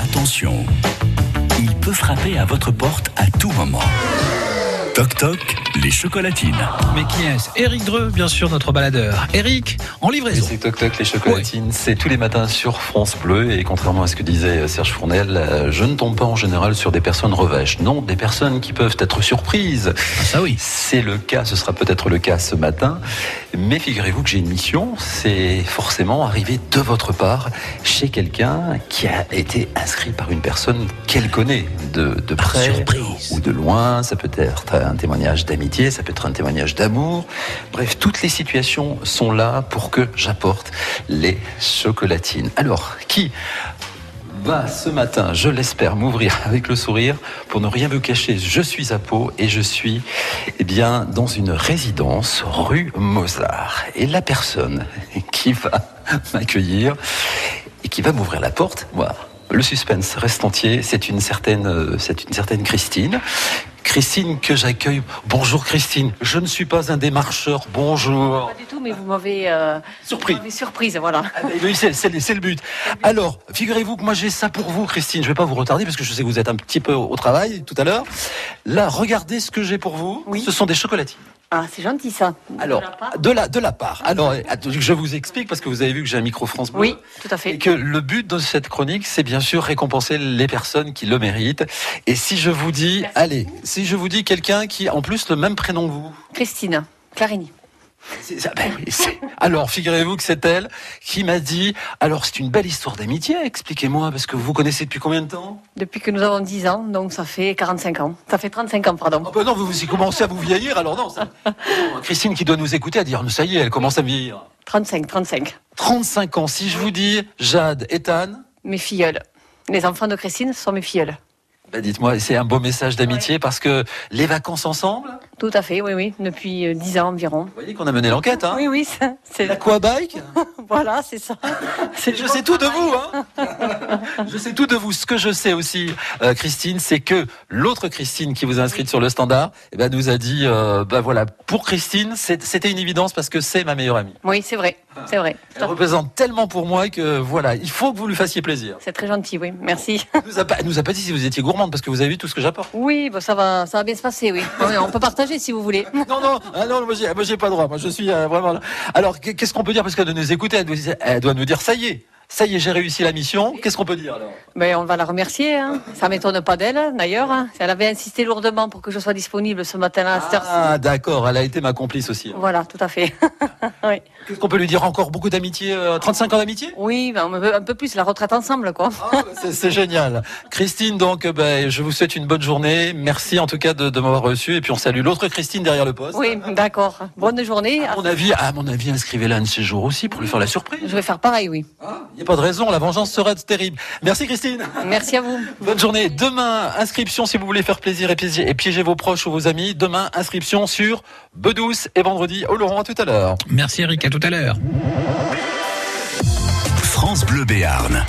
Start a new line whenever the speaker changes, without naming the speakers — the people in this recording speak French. Attention, il peut frapper à votre porte à tout moment. Toc toc, les chocolatines.
Mais qui est-ce Eric Dreux, bien sûr, notre baladeur. Eric, en
Et
livraison.
c'est Toc Toc les chocolatines, c'est tous les matins sur France Bleu et contrairement à ce que disait Serge Fournel, euh, je ne tombe pas en général sur des personnes revêches, non, des personnes qui peuvent être surprises.
Ah, ça oui.
C'est le cas, ce sera peut-être le cas ce matin, mais figurez-vous que j'ai une mission, c'est forcément arriver de votre part chez quelqu'un qui a été inscrit par une personne qu'elle connaît de, de près ou
surprise.
de loin, ça peut être un témoignage d'amitié, ça peut être un témoignage d'amour. Bref, toutes les situations sont là pour que j'apporte les chocolatines. Alors, qui va Bah, ce matin, je l'espère, m'ouvrir avec le sourire pour ne rien vous cacher Je suis à Pau et je suis eh bien, dans une résidence rue Mozart. Et la personne qui va m'accueillir et qui va m'ouvrir la porte. Voilà. Le suspense reste entier. C'est une certaine, euh, c'est une certaine Christine. Christine que j'accueille. Bonjour Christine. Je ne suis pas un démarcheur. Bonjour.
Pas du tout, mais vous m'avez euh,
Surpris.
vous m'avez surprise, voilà.
Ah ben oui, C'est c'est- c'est le but. Alors, figurez-vous que moi j'ai ça pour vous, Christine. Je ne vais pas vous retarder parce que je sais que vous êtes un petit peu au travail tout à l'heure. Là, regardez ce que j'ai pour vous.
Oui.
Ce sont des chocolatines.
Ah, c'est gentil ça.
Alors, ah,
De la part
de la, de la part. Ah Alors, attendez, je vous explique parce que vous avez vu que j'ai un micro France Bleu.
Oui, tout à
Et
fait.
que le but de cette chronique, c'est bien sûr récompenser les personnes qui le méritent. Et si je vous dis,
Merci
allez, si je vous dis quelqu'un qui a en plus le même prénom que vous.
Christine, Clarigny.
c'est- ça- ben oui, c'est- alors, figurez-vous que c'est elle qui m'a dit, alors c'est une belle histoire d'amitié, expliquez-moi, parce que vous vous connaissez depuis combien de temps
Depuis que nous avons 10 ans, donc ça fait 45 ans. Ça fait 35 ans,
Ah
pardon.
ben non, vous, vous y commencez à vous vieillir, alors non. ça- non, Christine qui doit nous écouter à dire, ça y est, elle commence à vieillir.
35, 35.
35 ans, si je vous dis Jade, Ethan,
Mes filleuls. Les enfants de Christine sont mes filleuls.
ben dites-moi, c'est un beau message d'amitié parce que les vacances ensemble, vous
Tout à fait, oui, oui, depuis euh, 10 ans environ.
voyez qu'on a mené l'enquête, hein
Oui, oui, ça, c'est
L'aquabike
Voilà, c'est ça.
Je sais tout de vous, hein Je sais tout de vous. Ce que je sais aussi, euh, Christine, c'est que l'autre Christine qui vous a inscrite sur le standard, eh ben, nous a dit, euh, bah voilà, pour Christine, c'est- c'était une évidence parce que c'est ma meilleure amie.
Oui, c'est vrai, c'est vrai.
Ah. Elle représente tellement pour moi que voilà, il faut que vous lui fassiez plaisir.
C'est très gentil, oui, merci.
Elle nous a pas, elle nous a pas dit si vous étiez gourmande parce que vous avez vu tout ce que j'apporte.
Oui, bah, ça, va, ça va bien se passer, oui. Oui, On peut partager si vous voulez.
Non, non, ah non, moi j'ai moi, j'ai pas droit. Moi je suis euh, vraiment là. Alors qu'est- qu'est-ce qu'on peut dire parce qu'elle doit nous écouter, elle doit, elle doit nous dire ça y est, ça y est, j'ai réussi la mission. Qu'est-ce qu'on peut dire alors
Mais on va la remercier. Hein. Ça m'étonne pas d'elle, d'ailleurs. hein. Elle avait insisté lourdement pour que je sois disponible ce matin-là à cette heure-ci.
Ah d'accord, elle a été ma complice aussi. hein.
Voilà, tout à fait. oui,
Qu'est-ce qu'on peut lui dire encore beaucoup d'amitié, euh, 35 ans d'amitié
oui ben, on veut un peu plus la retraite ensemble, quoi.
Ah, c'est- C'est génial. Christine, donc, euh, ben, je vous souhaite une bonne journée. Merci en tout cas de, de m'avoir reçu. Et puis on salue l'autre Christine derrière le poste.
Oui, d'accord. Bonne journée.
À mon avis, à mon avis, inscrivez-la un de ces jours aussi pour lui faire la surprise.
Je vais faire pareil, oui.
Il n'y a pas de raison, la vengeance sera terrible. Merci Christine.
Merci à vous.
Bonne journée. Demain, inscription si vous voulez faire plaisir et piéger, et piéger vos proches ou vos amis. Demain, inscription sur Bedouce et vendredi au Laurent. À tout à l'heure.
Merci Eric, à tout à l'heure.
France Bleu Béarn.